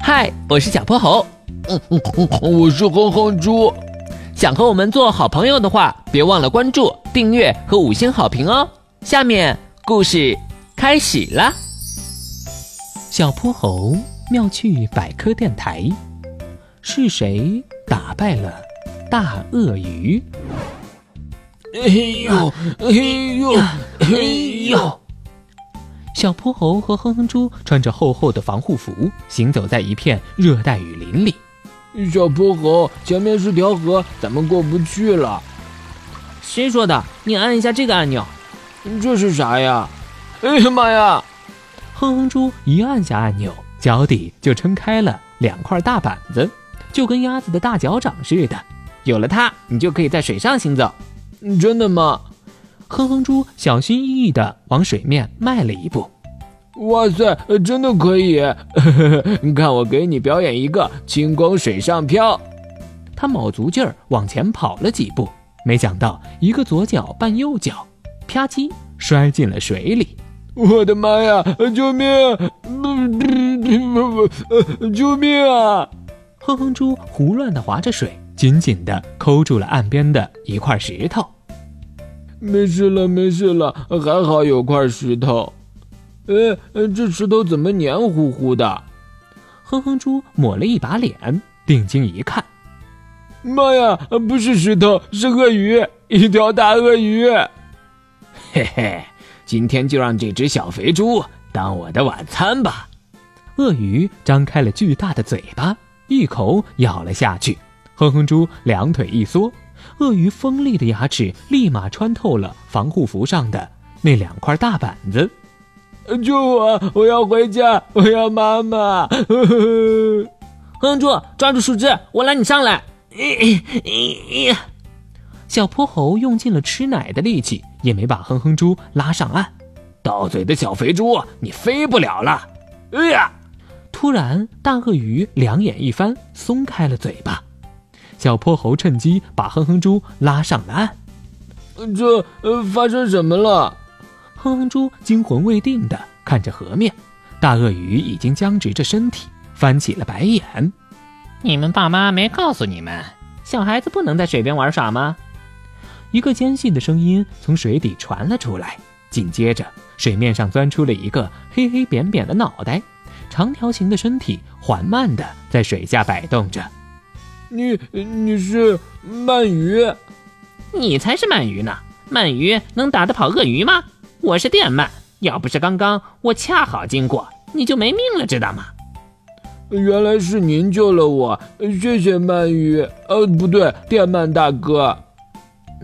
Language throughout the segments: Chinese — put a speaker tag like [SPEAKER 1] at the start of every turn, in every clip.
[SPEAKER 1] 嗨，我是小泼猴，
[SPEAKER 2] 嗯嗯嗯，我是哼哼猪。
[SPEAKER 1] 想和我们做好朋友的话，别忘了关注、订阅和五星好评哦。下面故事开始啦！
[SPEAKER 3] 小泼猴妙趣百科电台，是谁打败了大鳄鱼？
[SPEAKER 2] 哎呦，哎呦，哎呦！
[SPEAKER 3] 小泼猴和哼哼猪穿着厚厚的防护服，行走在一片热带雨林里。
[SPEAKER 2] 小泼猴，前面是条河，咱们过不去了。
[SPEAKER 1] 谁说的？你按一下这个按钮。
[SPEAKER 2] 这是啥呀？哎呀妈呀！
[SPEAKER 3] 哼哼猪一按下按钮，脚底就撑开了两块大板子，就跟鸭子的大脚掌似的。
[SPEAKER 1] 有了它，你就可以在水上行走。
[SPEAKER 2] 真的吗？
[SPEAKER 3] 哼哼猪小心翼翼地往水面迈了一步。
[SPEAKER 2] 哇塞，真的可以！ 你看我给你表演一个轻功水上漂。
[SPEAKER 3] 他卯足劲儿往前跑了几步，没想到一个左脚绊右脚，啪叽摔进了水里。
[SPEAKER 2] 我的妈呀！救命！呃救命啊！
[SPEAKER 3] 哼哼猪胡乱地划着水，紧紧地抠住了岸边的一块石头。
[SPEAKER 2] 没事了，没事了，还好有块石头。呃，这石头怎么黏糊糊的？
[SPEAKER 3] 哼哼猪抹了一把脸，定睛一看，
[SPEAKER 2] 妈呀，不是石头，是鳄鱼，一条大鳄鱼！
[SPEAKER 4] 嘿嘿，今天就让这只小肥猪当我的晚餐吧！
[SPEAKER 3] 鳄鱼张开了巨大的嘴巴，一口咬了下去。哼哼猪两腿一缩，鳄鱼锋利的牙齿立马穿透了防护服上的那两块大板子。
[SPEAKER 2] 救我！哎啊我要回家，我要 妈妈！哼
[SPEAKER 1] 哼猪，抓住树枝，我拉你上 来！
[SPEAKER 3] 小泼猴用尽了吃奶的力气，也没把哼哼猪拉上岸。
[SPEAKER 4] 到嘴的小肥猪，你飞不了了！哎呀！
[SPEAKER 3] 突然，大鳄鱼两眼一翻，松开了嘴巴。小泼猴趁机把哼哼猪拉上了岸。
[SPEAKER 2] 这呃，发生什么了？
[SPEAKER 3] 哼哼猪惊魂未定地看着河面，大鳄鱼已经僵直着身体，翻起了白眼。
[SPEAKER 5] 你们爸妈没告诉你们，小孩子不能在水边玩耍吗？
[SPEAKER 3] 一个尖细的声音从水底传了出来，紧接着水面上钻出了一个黑黑扁扁的脑袋，长条形的身体缓慢地在水下摆动着。
[SPEAKER 2] 你你是鳗鱼？
[SPEAKER 5] 你才是鳗鱼呢！鳗鱼能打得跑鳄鱼吗？我是电鳗，要不是刚刚我恰好经过，你就没命了，知道吗？
[SPEAKER 2] 原来是您救了我，谢谢鳗鱼。呃，不对，电鳗大哥。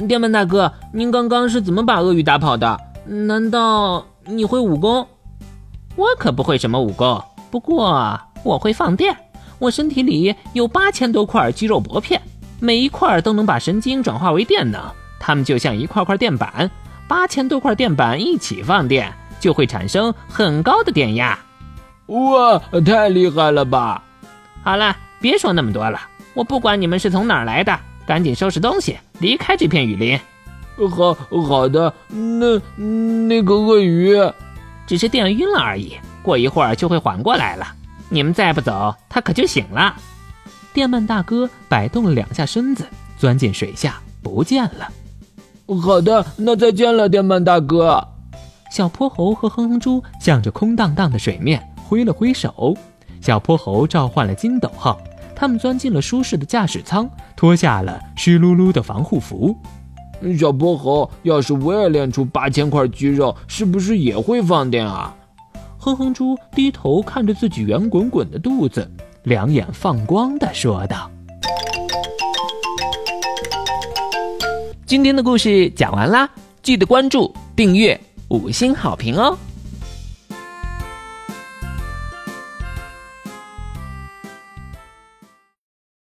[SPEAKER 1] 电鳗大哥，您刚刚是怎么把鳄鱼打跑的？难道你会武功？
[SPEAKER 5] 我可不会什么武功，不过我会放电。我身体里有八千多块肌肉薄片，每一块都能把神经转化为电能，它们就像一块块电板。八千多块电板一起放电，就会产生很高的电压。
[SPEAKER 2] 哇，太厉害了吧！
[SPEAKER 5] 好了，别说那么多了，我不管你们是从哪儿来的，赶紧收拾东西，离开这片雨林。
[SPEAKER 2] 好好的，那那个鳄鱼
[SPEAKER 5] 只是电晕了而已，过一会儿就会缓过来了。你们再不走，它可就醒了。
[SPEAKER 3] 电鳗大哥摆动了两下身子，钻进水下不见了。
[SPEAKER 2] 好的，那再见了，电鳗大哥。
[SPEAKER 3] 小泼猴和哼哼猪向着空荡荡的水面挥了挥手。小泼猴召唤了金斗号，他们钻进了舒适的驾驶舱，脱下了湿漉漉的防护服。
[SPEAKER 2] 小泼猴，要是我也练出八千块肌肉，是不是也会放电啊？
[SPEAKER 3] 哼哼猪低头看着自己圆滚滚的肚子，两眼放光地说道。
[SPEAKER 1] 今天的故事讲完啦，记得关注、订阅、五星好评哦！